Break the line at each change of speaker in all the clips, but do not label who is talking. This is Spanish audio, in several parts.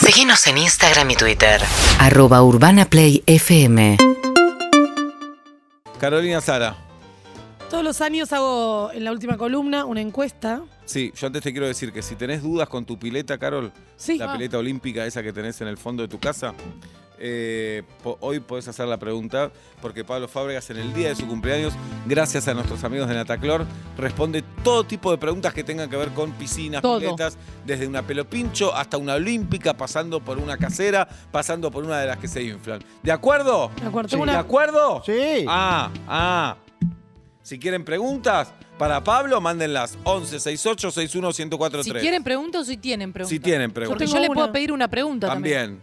Seguinos en Instagram y Twitter.
Arroba Urbana Play FM.
Carolina Sara.
Todos los años hago en la última columna una encuesta.
Sí, yo antes te quiero decir que si tenés dudas con tu pileta, Carol,
Sí.
la
Ah.
pileta olímpica esa que tenés en el fondo de tu casa, eh, po- hoy podés hacer la pregunta porque Pablo Fábregas en el día de su cumpleaños, gracias a nuestros amigos de Nataclor, responde todo tipo de preguntas que tengan que ver con piscinas,
Todo.
piletas, desde una pelopincho hasta una olímpica, pasando por una casera, pasando por una de las que se inflan. ¿De acuerdo?
Me acuerdo,
¿De
tengo una-
acuerdo?
Sí.
Ah, ah. Si quieren preguntas para Pablo, mándenlas 11 68 61 1043.
Si quieren preguntas o si tienen preguntas.
Si tienen
Porque
preguntas.
yo
Tengo
le
una.
puedo pedir una pregunta también.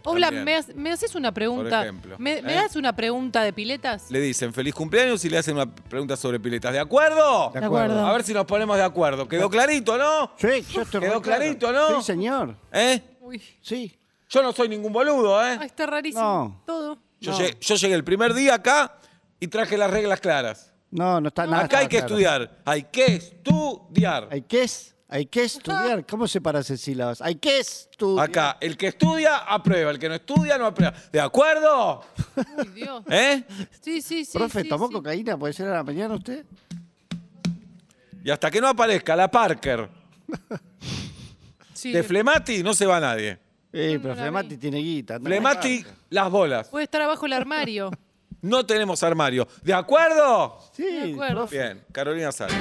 También,
Hola,
también.
¿me, has- me haces una pregunta?
Por ejemplo.
¿Me, me
¿Eh?
das una pregunta de piletas?
Le dicen feliz cumpleaños y le hacen una pregunta sobre piletas. ¿De acuerdo?
De
De acuerdo.
A ver si nos ponemos de acuerdo. ¿Quedó clarito, no?
Sí, yo estoy
Quedó
re claro.
clarito, ¿no?
Sí, señor.
¿Eh?
Uy,
Sí.
Yo no soy ningún boludo, ¿eh?
ay, Ah, está rarísimo
No.
todo.
Yo, llegué, yo llegué el primer día acá y traje las reglas claras.
No, no está nada.
acá hay que
estaba claro.
estudiar. Hay que estudiar.
Hay que, es- hay que estudiar. ¿Cómo se paran sílabas? Hay que estudiar.
Acá, el que estudia, aprueba. El que no estudia, no aprueba. ¿De acuerdo?
Uy, Dios.
¿Eh?
Sí, sí, sí.
Profe,
sí,
¿tomó
sí.
cocaína? ¿Puede ser a la mañana usted?
Y hasta que no aparezca la Parker
Sí,
de Flemati, no se va nadie.
Eh,
no
pero
la
Flemati
vi.
tiene guita. anda
Flemati, las bolas.
Puede estar abajo el armario.
No tenemos armario. ¿De acuerdo?
a- Sí,
De acuerdo.
profe.
Bien, Carolina Sala.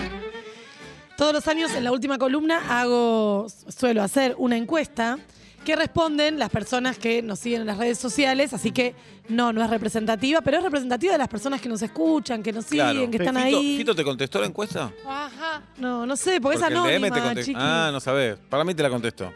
Todos los años en la última columna hago, suelo hacer una encuesta que responden las personas que nos siguen en las redes sociales, así que no, no es representativa, pero es representativa de las personas que nos escuchan, que nos
Claro.
siguen, que están
Fito,
ahí.
¿Fito te contestó la encuesta?
Ajá.
No, no sé,
Porque
porque, es
el DM te
anónima,
contestó.
chiqui.
Ah, no sabés. Para mí te la contestó.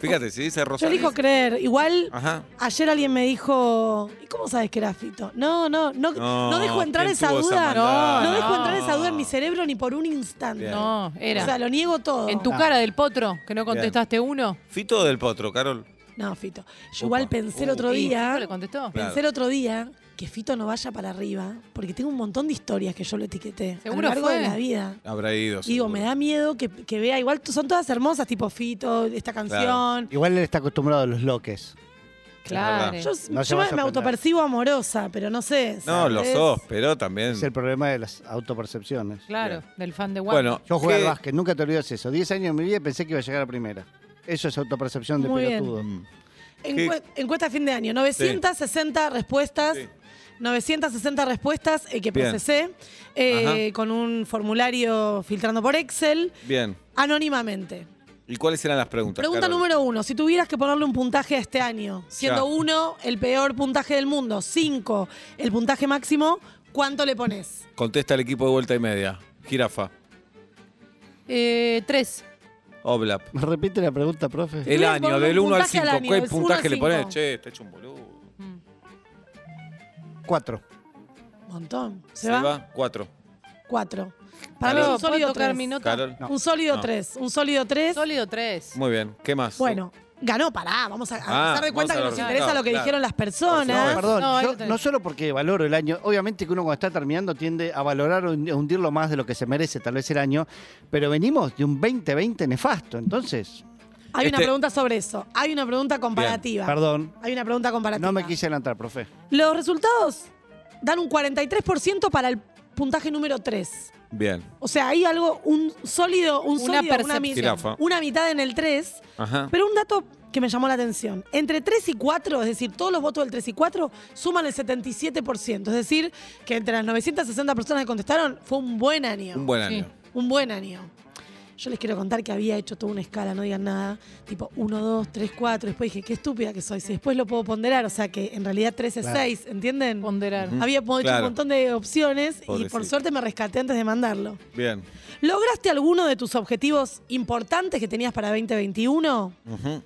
Fíjate, si dice
Yo
Rosario.
elijo creer. Igual
Ajá.
ayer alguien me dijo, ¿y cómo sabes que era Fito? No, no, no,
No,
no, dejo entrar
¿quién
esa
tuvo esa
duda.
maldad?
no, no dejo
No.
entrar esa duda en mi cerebro ni por un instante.
Bien.
No, era.
O sea, lo niego todo.
en tu cara del potro, que no contestaste uno.
¿Fito o del Potro, Carol?
No, Fito.
Upa.
Yo igual pensé el otro
Y
día.
Fito le contestó?
Claro.
Pensé el otro día que Fito no vaya para arriba, porque tengo un montón de historias que yo lo etiqueté a lo
Seguro
largo
fue.
de la vida.
Habrá ido.
Y Digo,
seguro.
me da miedo que, que vea, igual t- son todas hermosas, tipo Fito, esta canción.
Igual él está acostumbrado a los loques.
Claro.
Yo,
No se
yo
va a
me, me
sorprender.
autopercibo amorosa, pero no sé.
No,
¿sabes?
lo sos, pero también.
Es el problema de las autopercepciones.
Claro, del fan de Wanda.
Bueno,
Yo jugué
¿qué-
al básquet, nunca te olvides eso. Diez años de mi vida y pensé que iba a llegar a primera. Eso es autopercepción de
Muy bien.
pelotudo.
Mm,
Encue- encuesta de fin de año, 960 respuestas.
Sí.
960 respuestas eh, que
Bien.
procesé eh, con un formulario filtrando por Excel
Bien.
anónimamente.
¿Y cuáles eran las preguntas?
Pregunta
Carol?
número uno. Si tuvieras que ponerle un puntaje a este año, siendo
Ya.
uno el peor puntaje del mundo, cinco el puntaje máximo, ¿cuánto le pones?
Contesta el equipo de vuelta y media. Jirafa.
Eh, tres.
Oblap.
¿Me repite la pregunta, profe?
Eh,
El
Bien,
año,
ponle
del
un
1 al
puntaje
5.
al año,
¿Qué
del
puntaje le
uno al
pones?
cinco.
Che, está hecho un boludo.
Cuatro.
Montón. ¿Se,
Se
va?
va 4.
Cuatro. Para mí
Claro.
un
¿Puedo
sólido
tocar
tres.
mi nota?
Carol.
No.
Un sólido
No.
tres. Un sólido tres.
Sólido tres.
Muy bien. ¿Qué más?
Bueno, ganó, pará. Vamos a,
Ah,
a hacer de cuenta que
vamos a
nos
ver.
interesa
No,
lo que
claro.
dijeron las personas.
Por
Perdón,
No, ahí
yo
lo tenés.
no solo porque valoro el año, obviamente que uno cuando está terminando tiende a valorar o a hundirlo más de lo que se merece tal vez el año, pero venimos de un 2020 nefasto, entonces,
Hay una
Este-
pregunta sobre eso. Hay una pregunta comparativa.
perdón,
Hay una pregunta comparativa.
no me quise adelantar, profe.
Los resultados dan un 43% para el puntaje número 3.
Bien.
O sea, hay algo, un sólido, un
Una
sólido, una, mi-
percepción.
una mitad en el 3.
Ajá.
Pero un dato que me llamó la atención. Entre 3 y 4, es decir, todos los votos del 3 y 4 suman el 77%. Es decir, que entre las 960 personas que contestaron, fue un buen año.
Un buen año.
Un buen año. Yo les quiero contar que había hecho toda una escala, no digan nada, tipo 1, 2, 3, 4. Después dije, qué estúpida que soy. Si después lo puedo ponderar, o sea que en realidad 3 es
Claro.
6, ¿entienden?
Ponderar.
Ujú.
Había hecho
Claro.
un montón de opciones y
Pobrecito.
por suerte me rescaté antes de mandarlo.
Bien.
¿Lograste alguno de tus objetivos importantes que tenías para 2021?
Ujú.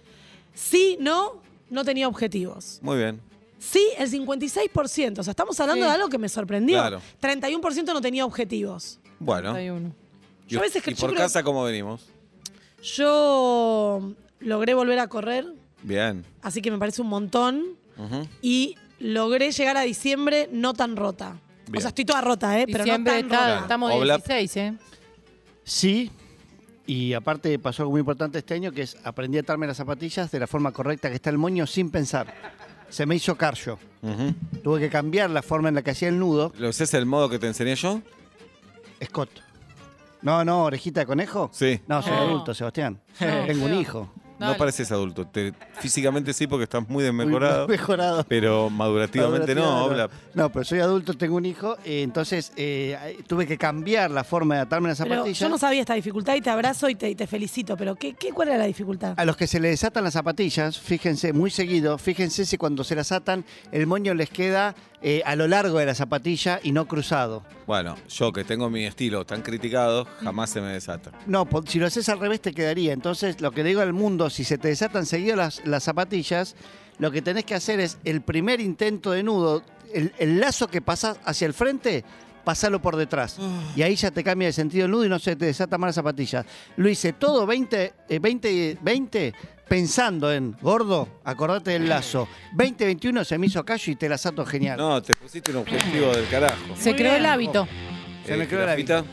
Sí, no, no tenía objetivos.
Muy bien.
Sí, el 56%. O sea, estamos hablando
Sí.
de algo que me sorprendió.
Claro.
31% no tenía objetivos.
Bueno.
Hay uno.
¿Y,
Yo a veces que-
y
yo
por
creo-
casa cómo venimos?
Yo logré volver a correr,
Bien.
así que me parece un montón.
Ujú.
Y logré llegar a diciembre no tan rota.
Bien.
O sea, estoy toda rota, ¿eh? Pero
Diciembre
no tan
está-
rota.
estamos
Oblap.
16, ¿eh?
Sí, Y aparte pasó algo muy importante este año, que es aprendí a atarme las zapatillas de la forma correcta que está el moño sin pensar. Se me hizo carjo.
Ujú.
Tuve que cambiar la forma en la que hacía el nudo.
¿Lo haces el modo que te enseñé yo?
Scott. No, no, orejita de conejo.
Sí.
No, soy
No.
adulto, Sebastián.
No,
Tengo un
feo.
hijo.
No,
Dale.
pareces adulto. Te- físicamente sí, porque estás muy
Uy,
desmejorado.
Mejorado.
Pero madurativamente no,
Adoptiva,
habla.
No, pero soy adulto, tengo un hijo, eh, entonces eh, tuve que cambiar la forma de atarme las
Pero
zapatillas.
yo no sabía esta dificultad y te abrazo y te, y te felicito, pero ¿qué, qué, ¿cuál era la dificultad?
A los que se les desatan las zapatillas, fíjense, muy seguido, fíjense si cuando se las atan el moño les queda eh, a lo largo de la zapatilla y no cruzado.
Bueno, yo que tengo mi estilo tan criticado, jamás se me desata.
No, po- si lo haces al revés te quedaría. Entonces, lo que le digo al mundo, si se te desatan seguido las, las zapatillas, lo que tenés que hacer es el primer intento de nudo, el, el lazo que pasás hacia el frente, pasalo por detrás. Y ahí ya te cambia de sentido el nudo y no se te desata más las zapatillas. Lo hice todo 20, eh, 20, 20 pensando en, gordo, acordate del lazo. 2021 se me hizo callo y te las ato genial.
No, te pusiste un objetivo del carajo. Eh,
Se
Muy
creó
bien.
el hábito.
se me quedó la
Jirafita,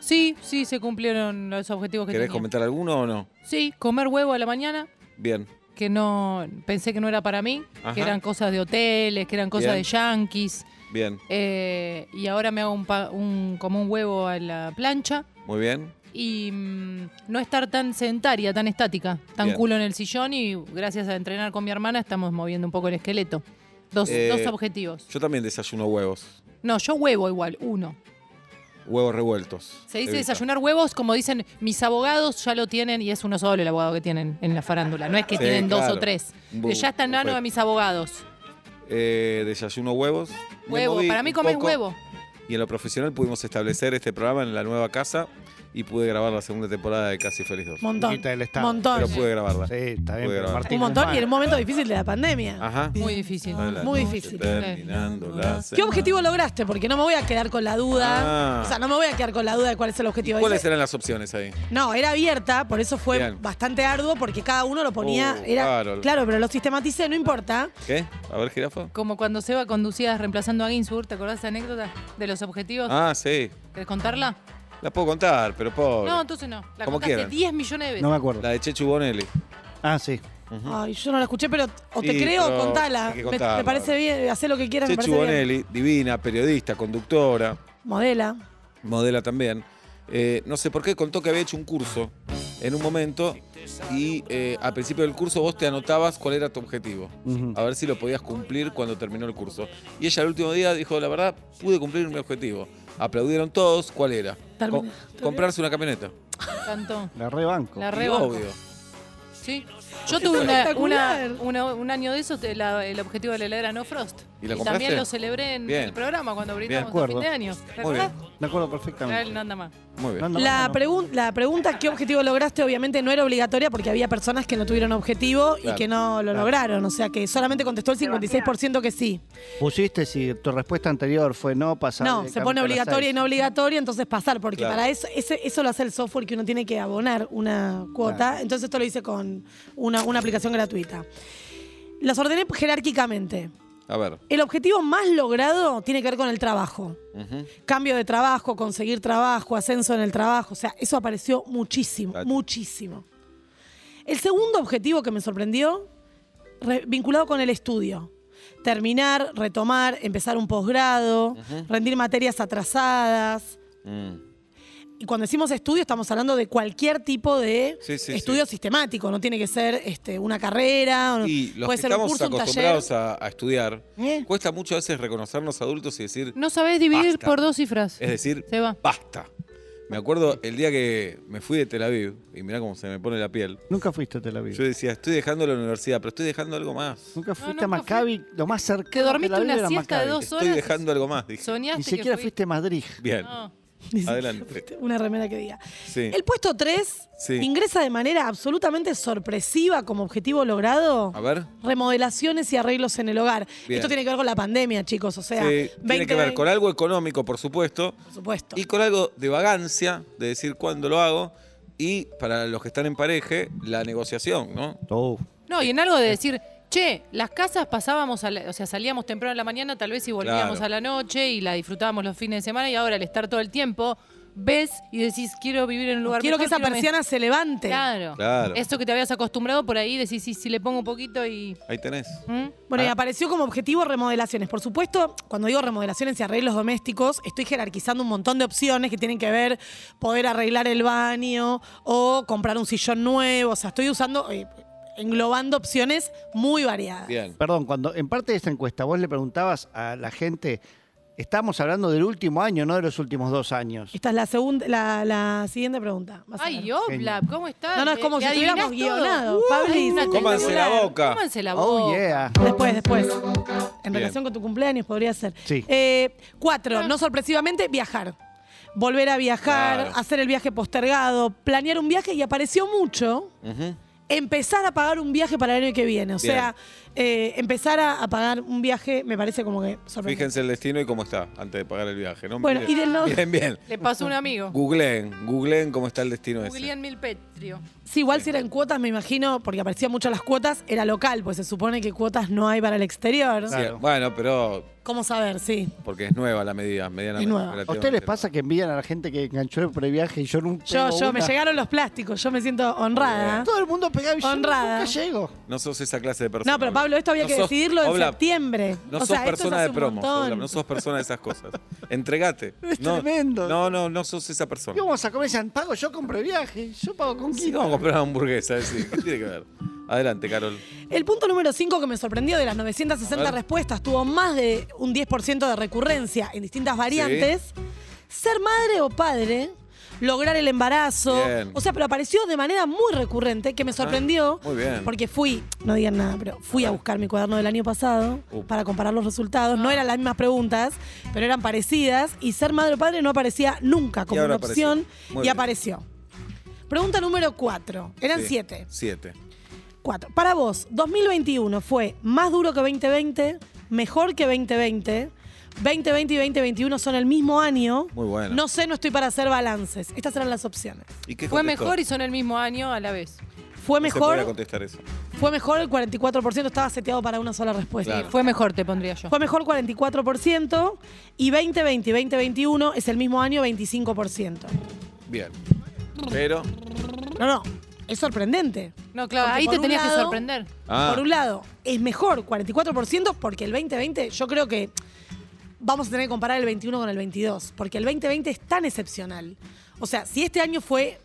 Sí, sí, se cumplieron los objetivos que
¿Querés
tenía.
comentar alguno o no?
Sí, comer huevo a la mañana,
Bien.
que no pensé que no era para mí,
Ajá.
que eran cosas de hoteles, que eran cosas
Bien.
de yanquis.
Bien,
eh, y ahora me hago un, pa- un- como un huevo a la plancha
muy bien.
y mm, no estar tan sedentaria, tan estática, tan
Bien.
culo en el sillón y gracias a entrenar con mi hermana estamos moviendo un poco el esqueleto. Dos,
Eh,
dos objetivos.
Yo también desayuno huevos.
No, yo huevo igual, uno.
Huevos revueltos.
Se dice
Evita.
desayunar huevos, como dicen mis abogados, ya lo tienen y es uno solo el abogado que tienen en la farándula. No es que
Sí,
tienen dos
claro.
o tres.
Un
Que ya están nano
buffet.
a mis abogados.
Eh, desayuno huevos. Me
Huevo,
moví
para mí
un
comer
poco
huevo.
Y en lo profesional pudimos establecer este programa en la nueva casa y pude grabar la segunda temporada de Casi Feliz 2.
Montón.
Quita el Estado.
Montón.
Pero pude grabarla.
Sí, está
Pude
bien, pero
grabar.
Martín
Un montón
Guzmán.
y en un momento difícil de la pandemia.
Ajá.
Muy difícil.
Hola,
Muy
noche,
difícil.
terminando la
¿Qué
semana.
objetivo lograste? Porque no me voy a quedar con la duda.
Ah.
O sea, no me voy a quedar con la duda de cuál es el
¿Y
objetivo.
¿Cuáles
Dice-
eran las opciones ahí?
No, era abierta, por eso fue
Bien.
bastante arduo, porque cada uno lo ponía.
Uh,
era,
claro.
claro. pero lo sistematicé, no importa.
¿Qué? A ver, jirafa.
Como cuando Seba conducía reemplazando a Ginsburg, ¿te acordás esa anécdota de los objetivos?
Ah, sí.
¿Querés contarla?
La puedo contar, pero pobre.
No, entonces no. La
Como
contaste
quieran.
10 millones de veces.
No me acuerdo.
La de Chechu Bonelli.
Ah, sí.
Ay, yo no la escuché, pero o te
Sí,
creo
pero
o contala.
hay que
Me- Me,
contarla.
parece bien, hacé lo que quieras, me
Chechu
parece bien.
Bonelli, divina, periodista, conductora,
Modela.
modela también. Eh, no sé por qué contó que había hecho un curso en un momento y eh, al principio del curso vos te anotabas cuál era tu objetivo.
Ujú.
A ver si lo podías cumplir cuando terminó el curso. Y ella el último día dijo, la verdad, pude cumplir mi objetivo. Aplaudieron todos, ¿cuál era?
Terminé.
Com- comprarse una camioneta.
Tanto.
La rebanco.
Y
La re
obvio.
Sí. Yo tuve una-
espectacular.
una- una- un año de esos, de la- el objetivo de la heladera No Frost.
¿Y la compraste?
también lo celebré en
Bien.
el programa cuando brindamos a
acuerdo.
fin de año. ¿Te
Muy
acordás?
bien,
Me acuerdo
Ahora
perfectamente.
él no anda más.
muy bien.
No, no,
La,
no, no.
pregun- la pregunta, ¿qué objetivo lograste? Obviamente no era obligatoria porque había personas que no tuvieron objetivo
Claro.
y que no lo lograron. O sea que solamente contestó el 56% que sí.
Pusiste si tu respuesta anterior fue no pasar.
No,
de
se
cam-
pone
a las
obligatoria y
seis.
no obligatoria, entonces pasar, porque
Claro.
para eso, ese- eso lo hace el software que uno tiene que abonar una cuota.
Claro.
Entonces esto lo hice con una, una aplicación gratuita. Las ordené jerárquicamente.
A ver.
El objetivo más logrado tiene que ver con el trabajo.
Ujú.
Cambio de trabajo, conseguir trabajo, ascenso en el trabajo. O sea, eso apareció muchísimo,
Claro.
muchísimo. El segundo objetivo que me sorprendió, re- vinculado con el estudio. Terminar, retomar, empezar un posgrado, rendir materias atrasadas.
Mm.
Y cuando decimos estudio, estamos hablando de cualquier tipo de
Sí, sí,
estudio
sí.
sistemático. No tiene que ser este, una carrera,
Y los
puede
que
ser un
estamos
curso, un taller.
acostumbrados a, a estudiar,
¿Eh?
cuesta mucho a veces reconocernos adultos y decir,
No sabés dividir
Basta.
por dos cifras.
es decir,
Se va.
basta. Me acuerdo el día que me fui de Tel Aviv, y mirá cómo se me pone la piel,
Nunca fuiste a Tel Aviv.
yo decía, estoy dejando la universidad, pero estoy dejando algo más.
Nunca fuiste
nunca
a Maccabi, lo más cercano.
Te dormiste
a Tel Aviv
una
era
siesta de
Maccabi.
dos
Estoy
horas.
dejando algo más, dije.
Soñaste
Ni
que
siquiera
fui-
fuiste a Madrid.
Bien,
No.
adelante.
este, Una remera que diga.
Sí.
El puesto 3
Sí.
ingresa de manera absolutamente sorpresiva como objetivo logrado.
A ver.
Remodelaciones y arreglos en el hogar.
Bien.
Esto tiene que ver con la pandemia, chicos. O sea,
Sí, eh, tiene
20,
que ver con algo económico, por supuesto,
por supuesto.
y con algo de vagancia, de decir cuándo lo hago, y para los que están en pareja, la negociación, ¿no?
Oh.
No, y en algo de decir, che, las casas pasábamos, a la- o sea, salíamos temprano en la mañana, tal vez y volvíamos
Claro.
a la noche y la disfrutábamos los fines de semana y ahora al estar todo el tiempo ves y decís, quiero vivir en un lugar
Quiero que
mejor,
esa
quiero me-
persiana se levante.
Claro.
Claro.
Esto que te habías acostumbrado por ahí, decís, sí, si le pongo poquito y...
Ahí tenés.
¿Mm?
Bueno, y
Ah.
apareció como objetivo remodelaciones. Por supuesto, cuando digo remodelaciones y arreglos domésticos, estoy jerarquizando un montón de opciones que tienen que ver poder arreglar el baño o comprar un sillón nuevo. O sea, estoy usando, eh, englobando opciones muy variadas.
Bien.
Perdón, cuando en parte de esta encuesta vos le preguntabas a la gente, estamos hablando del último año, no de los últimos dos años.
Esta es la segunda, la, la siguiente pregunta. Vas a ver.
Ay, Oblap, ¿cómo estás?
No, no, es como
¿Le-
si
le adivinás
estuviéramos
todo?
guionados, Pablo,
ay,
y-
una
Cómanse la
espectacular.
boca.
Cómanse la boca.
Oh, yeah.
Después, después. En
Bien.
relación con tu cumpleaños podría ser.
Sí.
Eh, cuatro, no sorpresivamente, viajar. Volver a viajar,
Claro.
hacer el viaje postergado, planear un viaje y apareció mucho.
Ujú.
Empezar a pagar un viaje para el año que viene. O
Bien.
sea, eh, empezar a, a pagar un viaje me parece como que sorprendente.
Fíjense el destino y cómo está antes de pagar el viaje, ¿no?
Bueno,
Miren.
y del no-
Bien, bien.
Le pasó un amigo.
Googleen, googleen cómo está el destino ese.
Julián Milpetrio.
Sí, igual si era en cuotas, me imagino, porque aparecían mucho las cuotas, era local, pues se supone que cuotas no hay para el exterior.
Sí, Bueno, pero
¿Cómo saber? Sí.
porque es nueva la medida, mediana.
Es nueva.
¿A ustedes les pasa que envían a la gente que enganchó el previaje y yo nunca
Yo,
pego
yo, me
una?
llegaron los plásticos, yo me siento honrada.
Todo el mundo pegaba y yo
Honrada.
nunca llego.
No sos esa clase de persona.
No, pero Pablo, esto había
No
que
sos-
decidirlo en
Obla,
septiembre.
No
o
sos
sea, esto es
persona
hace
de
un
promos, Obla,
montón.
no sos persona de esas cosas. Entregate.
Es
no,
tremendo.
No, no, no sos esa persona.
Íbamos a comer y decían, pago yo con previaje, yo pago con
Sí,
quino.
vamos a comprar una hamburguesa, es decir, ¿qué tiene que ver? Adelante, Carol.
El punto número 5 que me sorprendió de las 960
A ver.
respuestas tuvo más de un 10% de recurrencia en distintas variantes. Ser madre o padre, lograr el embarazo.
Bien.
O sea, pero apareció de manera muy recurrente que me sorprendió.
muy bien.
Porque fui, no digan nada, pero fui a buscar mi cuaderno del año pasado
Uh.
para comparar los resultados. No eran las mismas preguntas, pero eran parecidas. Y ser madre o padre no aparecía nunca como
ahora
una
apareció.
opción.
Muy
y
bien.
apareció. Pregunta número 4. Eran
Sí,
7.
Siete.
Cuatro. Para vos, 2021 fue más duro que 2020, mejor que 2020. 2020 y 2021 son el mismo año.
Muy bueno.
No sé, no estoy para hacer balances. Estas eran las opciones.
¿Y qué
Fue
contestó?
mejor y son el mismo año a la vez.
Fue
No se podía
mejor,
contestar eso.
fue mejor el 44%, estaba seteado para una sola respuesta.
Claro.
Fue mejor, te pondría yo.
Fue mejor 44% y 2020 y 2021 es el mismo año 25%.
Bien. Pero.
No, no, es sorprendente.
No, claro,
Porque
ahí
por
te
un
tenías que
lado-
sorprender.
Ah,
Por un lado, es mejor 44% porque el 2020 yo creo que vamos a tener que comparar el 21 con el 22, porque el 2020 es tan excepcional. O sea, si este año fue...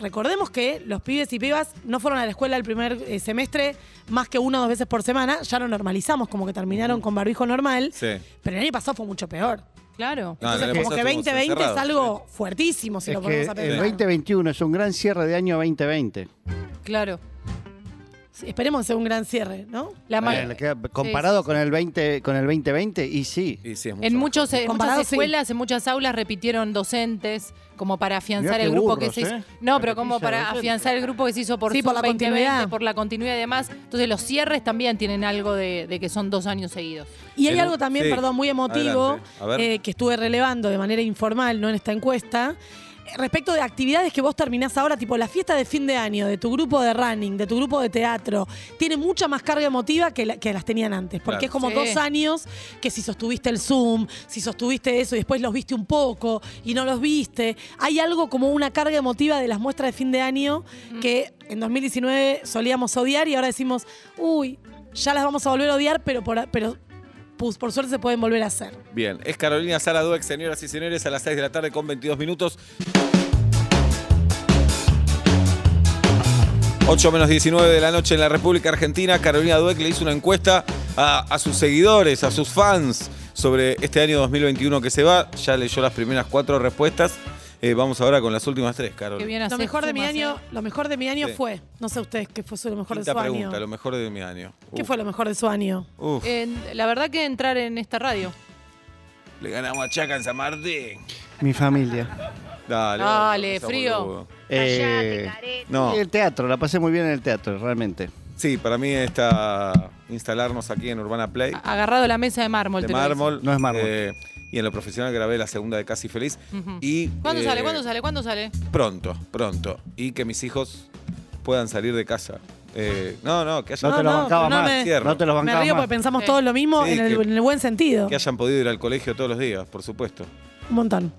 Recordemos que los pibes y pibas no fueron a la escuela el primer eh, semestre más que una o dos veces por semana, ya lo normalizamos, como que terminaron con barbijo normal,
sí.
pero el año pasado fue mucho peor.
Claro.
No, no le pasaste
Como que
vos,
2020 es
encerrado,
algo fuertísimo si
Es
lo
que
ponemos a
el
pensar.
2021 es un gran cierre de año 2020.
Claro.
Sí, Esperemos que sea un gran cierre, ¿no?
La ma-
Bueno, queda- Eh, comparado con el 20 con el 2020 y sí.
sí. Y sí, es mucho
En,
mejor.
muchos, en
Comparado,
muchas
sí.
escuelas, en muchas aulas repitieron docentes como para afianzar
Mirá
el
qué
grupo que
burros,
se hizo.
¿eh?
No, pero como
Repetición
para
docente.
afianzar el grupo que se hizo por,
Sí, por
Zoom
la
2020,
continuidad.
por la continuidad y demás. Entonces los cierres también tienen algo de, de que son dos años seguidos.
Y hay
Pero-
algo también,
sí,
perdón, muy emotivo
adelante. A ver.
eh, que estuve relevando de manera informal, no en esta encuesta, eh, respecto de actividades que vos terminás ahora, tipo la fiesta de fin de año, de tu grupo de running, de tu grupo de teatro, tiene mucha más carga emotiva que, la- que las tenían antes,
Claro.
porque es como
Sí.
dos años que si sostuviste el Zoom, si sostuviste eso y después los viste un poco y no los viste, hay algo como una carga emotiva de las muestras de fin de año que en 2019 solíamos odiar y ahora decimos, uy, ya las vamos a volver a odiar, pero por, pero pues, por suerte se pueden volver a hacer.
Bien, es Carolina Sara Dueck, señoras y señores, a las 6 de la tarde con 22 minutos. 8 menos 19 de la noche en la República Argentina, Carolina Dueck le hizo una encuesta a, a sus seguidores, a sus fans, sobre este año 2021 que se va. Ya leyó las primeras cuatro respuestas. Eh, vamos ahora con las últimas tres, Carol.
Qué bien
Lo
hacer
mejor, de mi
sumas,
año,
¿eh?
lo mejor de mi año
Sí.
fue, no sé ustedes qué fue su- lo mejor
Quinta
de su
pregunta,
año.
lo Uh. mejor de mi año.
¿Qué
Uf,
fue lo mejor de su año?
uf.
En- la verdad que entrar en esta radio.
Le ganamos a Chaca en San Martín.
Mi familia.
Dale,
Dale,
no seas
frío.
boludo.
Eh,
No.
El teatro, la pasé muy bien en el teatro, realmente.
Sí, para mí está instalarnos aquí en Urbana Play.
A- Agarrado la mesa de Ah, mármol.
de
te lo dice.
mármol.
No es mármol.
Eh, y en lo profesional grabé la segunda de Casi Feliz.
Ujú.
y,
¿Cuándo
eh,
sale? ¿Cuándo sale? ¿Cuándo sale?
Pronto, pronto. Y que mis hijos puedan salir de casa. Eh, no, no, que hayan,
No, te lo
no,
bancaba
pero no
más.
me-
Cierro.
No te lo
Me
bancaba
río
más.
porque pensamos
Sí.
todos lo mismo
Sí,
en, el,
que-
en el buen sentido.
que hayan podido ir al colegio todos los días, por supuesto.
Un montón.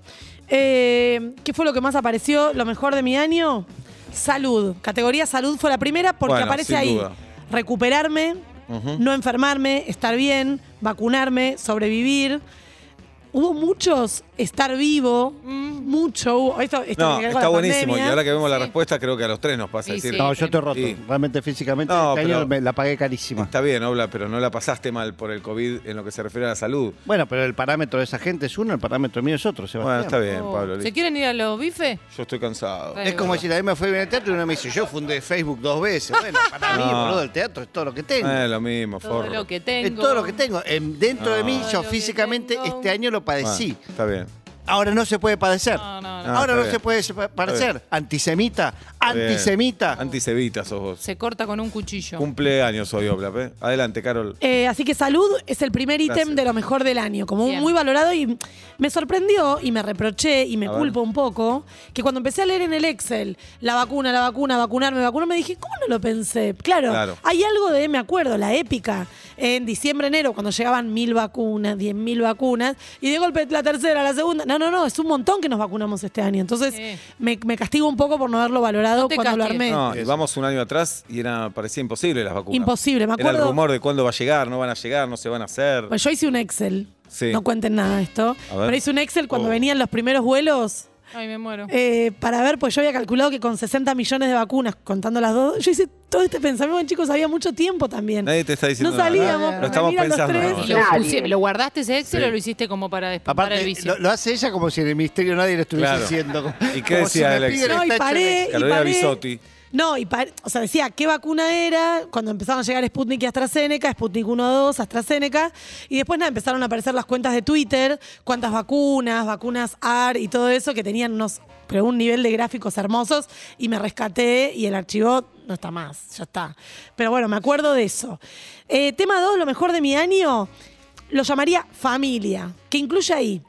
Eh, ¿Qué fue lo que más apareció? ¿Lo mejor de mi año? Salud. Categoría salud fue la primera porque
Bueno,
aparece
sin
ahí
duda.
recuperarme,
Ujú.
no enfermarme, estar bien, vacunarme, sobrevivir. Hubo muchos, estar vivo, mucho hubo. Esto, esto
No,
tiene que ver
está
con la
buenísimo.
pandemia.
Y ahora que vemos la
Sí.
respuesta, creo que a los tres nos pasa.
Sí,
Es decir,
sí.
No, yo estoy roto.
Sí.
Realmente físicamente
No,
este año
pero-
me la pagué carísima.
Está bien, Obla, pero no la pasaste mal por el COVID en lo que se refiere a la salud.
Bueno, pero el parámetro de esa gente es uno, el parámetro mío es otro, Sebastián.
Bueno, está bien,
Oh,
Pablo.
¿Se
listo.
quieren ir a los bifes?
Yo estoy cansado.
Bueno.
Es como si también me fue bien al teatro y uno me dice, yo fundé Facebook dos veces. Bueno, para mí,
No.
boludo, el teatro es todo lo que tengo.
Eh, lo mismo,
Todo
forro.
lo que tengo.
Es Eh, todo lo que tengo. En- dentro de mí,
Todo
yo
lo que
físicamente
tengo.
este año lo
Bueno,
padecí.
Está bien.
Ahora no se puede padecer.
No, no,
no. Ah,
Ahora
está
no
bien.
se puede sepa- padecer. Antisemita,
Está bien.
antisemita.
Antisevita sos vos.
Se corta con un cuchillo.
Cumpleaños hoy, Obla. ¿eh? Adelante, Carol.
Eh, así que salud es el primer ítem
Gracias.
de lo mejor del año, como un
Bien.
muy valorado y me sorprendió y me reproché y me
A
culpo un poco que cuando empecé a leer en el Excel la vacuna, la vacuna, vacunarme, vacunarme, dije, ¿cómo no lo pensé? Claro,
Claro.
hay algo de, me acuerdo, la épica en diciembre, enero, cuando llegaban mil vacunas, diez mil vacunas y de golpe la tercera, la segunda, no, no, no, es un montón que nos vacunamos este año, entonces
Sí.
me, me castigo un poco por no haberlo valorado
No te
cuando lo
castigues.
armé.
No, y vamos un año atrás y era, parecía imposible las vacunas.
Imposible, me
Era el
acuerdo-
rumor de cuándo va a llegar, no van a llegar, no se van a hacer.
Pues yo hice un Excel.
Sí.
No cuenten nada esto.
A ver.
Pero hice un Excel cuando
Oh.
venían los primeros vuelos.
Ay, me muero.
eh, para ver, pues yo había calculado que con 60 millones de vacunas, contando las dos, yo hice todo este pensamiento, chicos, había mucho tiempo también.
Nadie te está diciendo
no
nada.
salíamos,
Lo
pero
estamos
me miran los
pensando
tres.
ahora.
¿Y lo, pusi- lo guardaste ese Excel
Sí.
o lo hiciste como para despertar el
Aparte,
vicio?
lo, lo hace ella como si en el ministerio nadie lo estuviese
Claro.
haciendo.
¿Y qué decía
me
el Excel?
piden
No, y
está hecho en
paré.
Excel.
y
Carolina
paré-
Bisotti.
No, y paré- o sea, decía qué vacuna era, cuando empezaron a llegar Sputnik y AstraZeneca, Sputnik 1, 2, AstraZeneca, y después nada, empezaron a aparecer las cuentas de Twitter, cuántas vacunas, vacunas AR y todo eso, que tenían unos, pero un nivel de gráficos hermosos, y me rescaté y el archivo no está más, ya está. Pero bueno, me acuerdo de eso. Eh, tema 2, lo mejor de mi año, lo llamaría familia, que incluye ahí.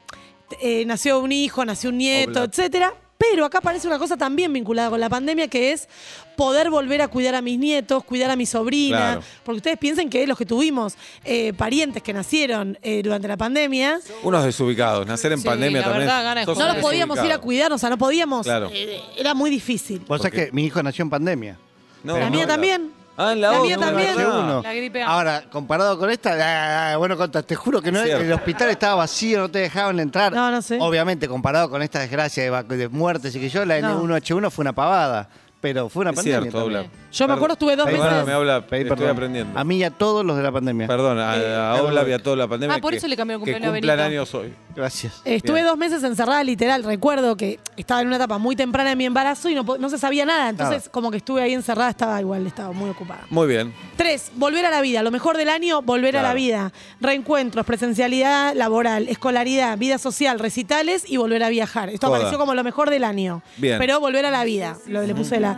eh, nació un hijo, nació un nieto,
Obla-
etcétera. Pero acá aparece una cosa también vinculada con la pandemia, que es poder volver a cuidar a mis nietos, cuidar a mi sobrina.
Claro.
Porque ustedes piensen que los que tuvimos eh, parientes que nacieron eh, durante la pandemia,
Unos desubicados, nacer en
Sí,
pandemia
la
también.
verdad, ganas de
sos
no
joder.
un
los podíamos ir a
desubicado.
cuidar, o sea, no podíamos.
Claro.
Eh, era muy difícil.
Vos sabés
Porque-
que mi hijo nació en pandemia.
No,
la
no,
mía
era-
también.
Ah, en la,
La
otra,
mía
no,
también.
no.
Nació uno.
La gripe A.
Ahora, comparado con esta, ah, bueno, Conta, te juro que no,
Es cierto.
el hospital estaba vacío, no te dejaban entrar.
No, no sé.
Obviamente, comparado con esta desgracia de, vacu- de muertes y que yo, la
No.
N1H1 fue una pavada. Pero fue una
Es
pandemia.
cierto,
también.
habla.
Yo me acuerdo, estuve dos
meses-
me habla,
Pedí
estoy
perdón. Ah,
aprendiendo.
A mí y a todos los de la pandemia.
Perdón, a, a Obla y a toda la pandemia.
Ah, por eso
que-
le cambió el
Que
cumpleaños a
cumplan
Benito.
años hoy.
Gracias.
Estuve
Bien.
dos meses encerrada, literal. Recuerdo que estaba en una etapa muy temprana de mi embarazo y no, po- no se sabía nada. Entonces,
Nada.
como que estuve ahí encerrada, estaba igual, estaba muy ocupada.
Muy bien.
Tres, volver a la vida. Lo mejor del año, volver a la
Claro.
vida. Reencuentros, presencialidad laboral, escolaridad, vida social, recitales y volver a viajar. Esto
Joda.
apareció como lo mejor del año.
Bien.
Pero volver a la vida. Lo, le puse la.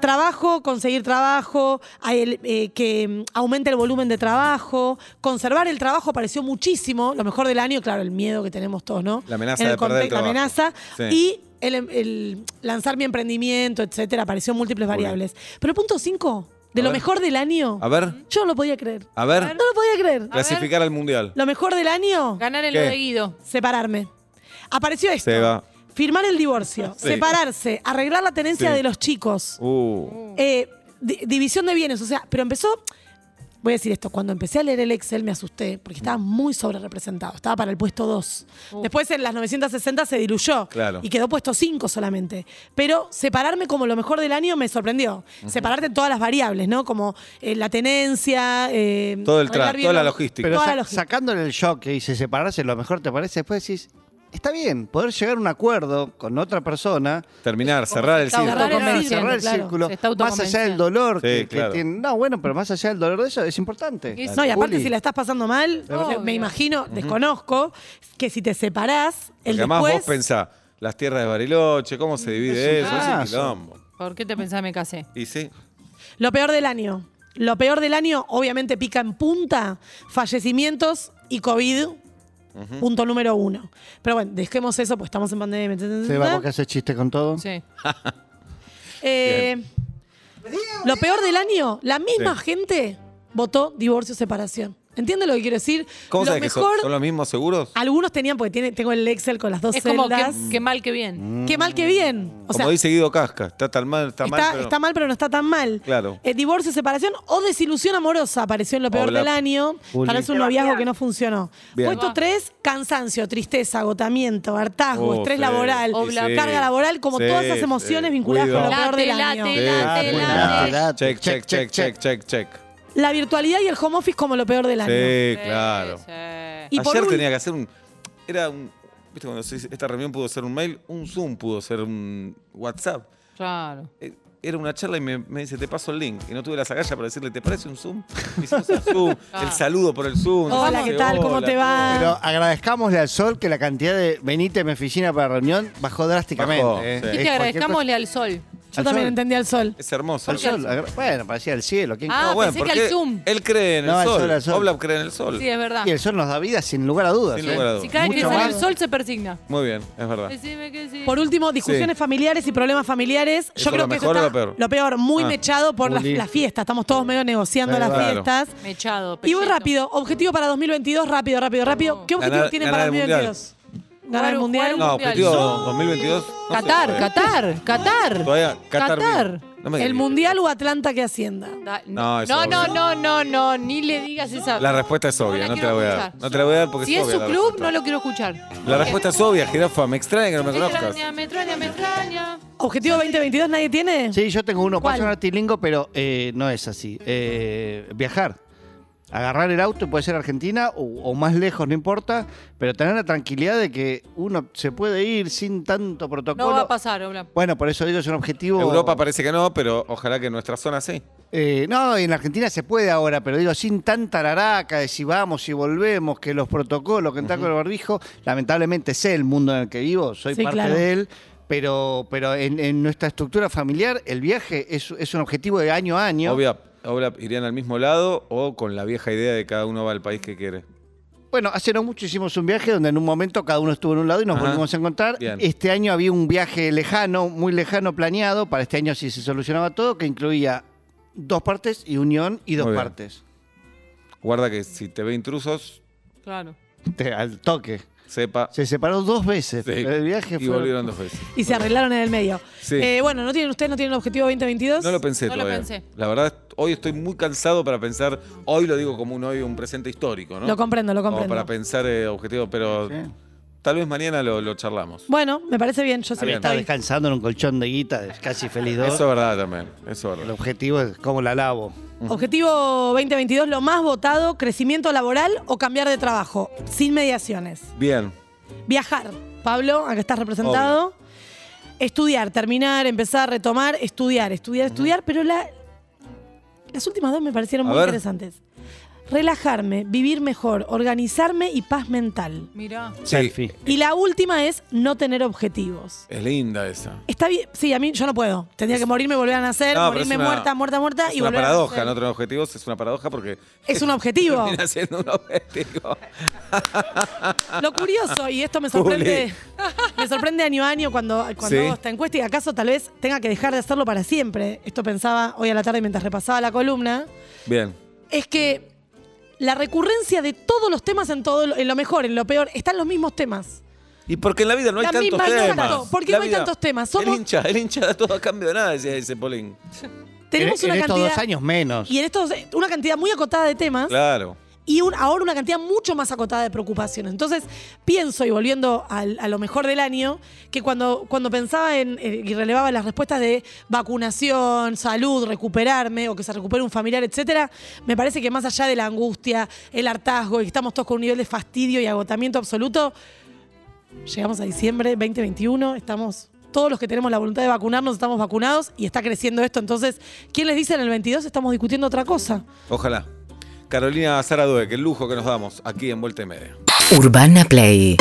Trabajo, conseguir trabajo, a el- eh, que mm, aumente el volumen de trabajo, conservar el trabajo apareció muchísimo. Lo mejor del año, claro, el miedo que tenemos todos, ¿no?
La amenaza
En
de perder el
conte- La
trabajo.
amenaza.
Sí.
Y el, em, el lanzar mi emprendimiento, etcétera, apareció múltiples
Muy bien.
variables. Pero punto cinco, de
A
lo
ver.
mejor del año.
A ver,
Yo no lo podía creer.
a ver,
No lo podía creer.
clasificar al mundial.
Lo mejor del año,
Ganar en
¿Qué?
lo de Guido.
separarme. Apareció esto.
Seba.
Firmar el divorcio,
Sí.
separarse, arreglar la tenencia
Sí.
de los chicos,
Uh,
eh, di- división de bienes, o sea, pero empezó, voy a decir esto, cuando empecé a leer el Excel me asusté, porque estaba muy sobre representado, estaba para el puesto 2. Después en las 960 se diluyó
Claro.
y quedó puesto 5 solamente. Pero separarme como lo mejor del año me sorprendió. Separarte en todas las variables, ¿no? Como eh, la tenencia, eh,
Todo el tra-
arreglar bien
toda la
los-
logística.
Pero
toda
sa-
la logística.
sacándole el shock que dice separarse, lo mejor te parece, después decís, está bien, poder llegar a un acuerdo con otra persona,
terminar, cerrar el
Está
ciclo.
Cerrar el
terminar,
círculo,
cerrar el
claro,
círculo,
se está
más allá del
autoconvenciendo.
dolor
Sí,
que, que
claro.
tiene. No, bueno, pero más allá del dolor de eso es importante.
Y-
No, y aparte,
Juli.
si la estás pasando mal,
Obvio.
me imagino, desconozco, que si te separás, el
Porque además vos
después.
pensás, las tierras de Bariloche, cómo se divide
Es un
eso, es un
caso.
quilombo.
¿Por qué te pensás me casé?
Y sí,
Lo peor del año. Lo peor del año, obviamente, pica en punta fallecimientos y COVID, punto número uno. Pero bueno, dejemos eso, pues estamos en pandemia. ta, ta, ta,
Seba,
ta.
¿vos que haces chiste con todo?
Sí.
Eh, lo peor del año, la misma gente votó divorcio separación. ¿Entiende lo que quiero decir?
¿Cómo
lo
sabes que son,
mejor, Ah,
son los mismos seguros?
algunos tenían, porque tiene, tengo el Excel con las dos
Es como que,
celdas.
que mal que bien.
Mm,
Qué mal que bien. O sea,
Como dice Guido Casca, está tan mal, está,
está,
mal. pero-
no está tan mal.
Claro.
Eh, divorcio, separación o desilusión amorosa apareció en lo peor
Hola,
del año.
Juli.
Parece un noviazgo que no funcionó.
Bien.
Ah.
Puesto 3, cansancio, tristeza, agotamiento, hartazgo,
Oh,
estrés
sí,
laboral,
Obla- sí,
carga laboral, como
sí,
todas esas
sí.
emociones vinculadas
Cuidado.
con lo peor
Late,
del año.
late,
Sí,
late,
cuidado.
late.
late.
Check, check, check, check, check, check.
La virtualidad y el home office como lo peor del año.
Sí, claro.
Y por
Ayer
un-
tenía que hacer un. Era un. ¿Viste cuando se dice, esta reunión pudo ser un mail? Un Zoom pudo ser un WhatsApp.
Claro.
Eh, Era una charla y me, me dice, te paso el link. Y no tuve la sagalla para decirle, ¿te parece un Zoom? Hicimos el Zoom, el saludo por el Zoom.
Hola,
Dice,
¿qué tal? ¿Cómo
"Hola,
te va?"
Pero agradezcamosle al sol que la cantidad de venite a mi oficina para reunión bajó drásticamente.
Bajó,
¿eh?
sí.
Es
Y te
cualquier
agradezcamosle al sol.
Yo
al
también
sol.
entendí al sol.
Es hermoso.
cosa. Al sol, agra- Bueno, parecía el cielo. ¿Quién
Ah,
No, bueno,
pensé que
porque
al Zoom.
Él cree en el
No, al
sol.
sol, al sol.
Oblap cree en el sol.
Sí, es verdad.
Y el sol nos da vida sin lugar a dudas.
Sin
¿eh?
lugar a dudas.
Si cada vez que
Mucho
sale
más.
el sol se persigna.
Muy bien, es verdad.
Decime que sí.
Por último, discusiones familiares y problemas familiares.
¿Eso
Yo creo
lo
que eso
mejor o
está
lo peor?
muy
Ah.
mechado por las
Juli.
las fiestas. Estamos todos medio negociando
Claro.
las fiestas.
Mechado.
Y voy
pechito.
rápido. Objetivo para 2022, rápido, rápido, rápido. ¿Qué objetivo
Ganar-
tienen
ganar
para
el Mundial.
2022? Ganar el
Jugar-
mundial.
jugar
No,
Mundial.
objetivo
No.
2022. no sé
Qatar,
todavía.
Qatar, Qatar.
Todavía, Qatar.
Qatar.
bien. No me
¿El
digas.
mundial o Atlanta que Hacienda?
Da-
No,
No,
es
no,
obvio.
no, no, no, no, ni le digas esa.
La respuesta es
No
obvia,
la
no te la
quiero
voy a dar.
escuchar.
No te la voy a dar porque
si
es
es su
obvia la
club,
respuesta.
no lo quiero escuchar.
La respuesta es obvia, jirafa. Me extraña que no me
Esta
conozcas.
araña me extraña, me extraña.
¿Objetivo 2022 nadie tiene?
Sí, yo tengo uno,
¿Cuál?
puede sonar tilingo, pero eh, no es así. Eh, viajar. Agarrar el auto, puede ser Argentina o, o más lejos, no importa, pero tener la tranquilidad de que uno se puede ir sin tanto protocolo.
No va a pasar, Obla.
Bueno, por eso digo, es un objetivo.
Europa parece que no, pero ojalá que en nuestra zona sí.
Eh, no, en la Argentina se puede ahora, pero digo, sin tanta laraca de si vamos, si volvemos, que los protocolos, que entrar con el barbijo, lamentablemente sé el mundo en el que vivo, soy
Sí,
parte
claro.
de él, pero, pero en, en nuestra estructura familiar el viaje es, es un objetivo de año a año.
Obvia, obvia, irían al mismo lado o con la vieja idea de cada uno va al país que quiere.
Bueno, hace no mucho hicimos un viaje donde en un momento cada uno estuvo en un lado y nos
Ajá.
volvimos a encontrar.
Bien.
Este año había un viaje lejano, muy lejano planeado, para este año sí se solucionaba todo, que incluía dos partes y unión y dos
Muy bien.
partes.
Guarda que si te ve intrusos,
Claro.
Te- al toque.
sepa.
Se separó dos veces,
Sí.
pero el viaje
y
fue...
volvieron dos veces.
Y se arreglaron en el medio.
Sí.
Eh, bueno, ¿no tienen, ¿ustedes no tienen objetivo 2022?
No lo pensé
No lo
todavía.
pensé.
La verdad, hoy estoy muy cansado para pensar. Hoy lo digo como un hoy, un presente histórico, ¿no?
Lo comprendo, lo
Como
comprendo.
para pensar eh, objetivos, pero
Sí.
tal vez mañana lo, lo charlamos.
Bueno, me parece bien. Yo sí
Había
que
estado
estoy.
descansando en un colchón de guita, es casi feliz dos.
Eso es verdad también. Eso es
El
verdad.
objetivo es cómo la lavo.
Objetivo 2022, lo más votado, crecimiento laboral o cambiar de trabajo, sin mediaciones.
Bien.
Viajar. Pablo, acá estás representado. Estudiar, terminar, empezar, retomar, estudiar, estudiar, estudiar, pero la- las últimas dos me parecieron
A
muy
ver.
interesantes. Relajarme, vivir mejor, organizarme y paz mental.
Mirá.
Sí,
Selfie.
Y la última es no tener objetivos.
Es linda esa.
Está bien, sí, a mí yo no puedo. Tendría que morirme, volver a nacer,
No, pero es
morirme
una-
muerta, muerta, muerta
Es
y
una
volver a
paradoja,
nacer.
no tener objetivos es una paradoja porque
Es un objetivo.
termina siendo un objetivo.
Lo curioso, y esto me sorprende, me sorprende año a año cuando, cuando
Sí.
hago esta encuesta y acaso tal vez tenga que dejar de hacerlo para siempre. Esto pensaba hoy a la tarde mientras repasaba la columna.
Bien.
Es que la recurrencia de todos los temas en todo lo- en lo mejor, en lo peor, están los mismos temas.
Y porque en la vida no hay
La
tantos
misma, exacto.
temas.
¿Por qué
La
no hay
vida-
tantos temas? Somos-
El hincha, el hincha da todo a cambio de nada, decía ese Polín.
Tenemos
en,
una
en estos
cantidad.
dos años menos.
Y en estos, una cantidad muy acotada de temas.
Claro.
y un- ahora una cantidad mucho más acotada de preocupaciones. Entonces, pienso, y volviendo al- a lo mejor del año, que cuando, cuando pensaba en, eh, y relevaba las respuestas de vacunación, salud, recuperarme, o que se recupere un familiar, etcétera, me parece que más allá de la angustia, el hartazgo, y que estamos todos con un nivel de fastidio y agotamiento absoluto, llegamos a diciembre 2021, estamos... Todos los que tenemos la voluntad de vacunarnos estamos vacunados y está creciendo esto. Entonces, ¿quién les dice en el 22 estamos discutiendo otra cosa?
Ojalá. Carolina Sara Due, que el lujo que nos damos aquí en Vuelta y Media.
Urbana Play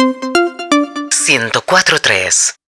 104.3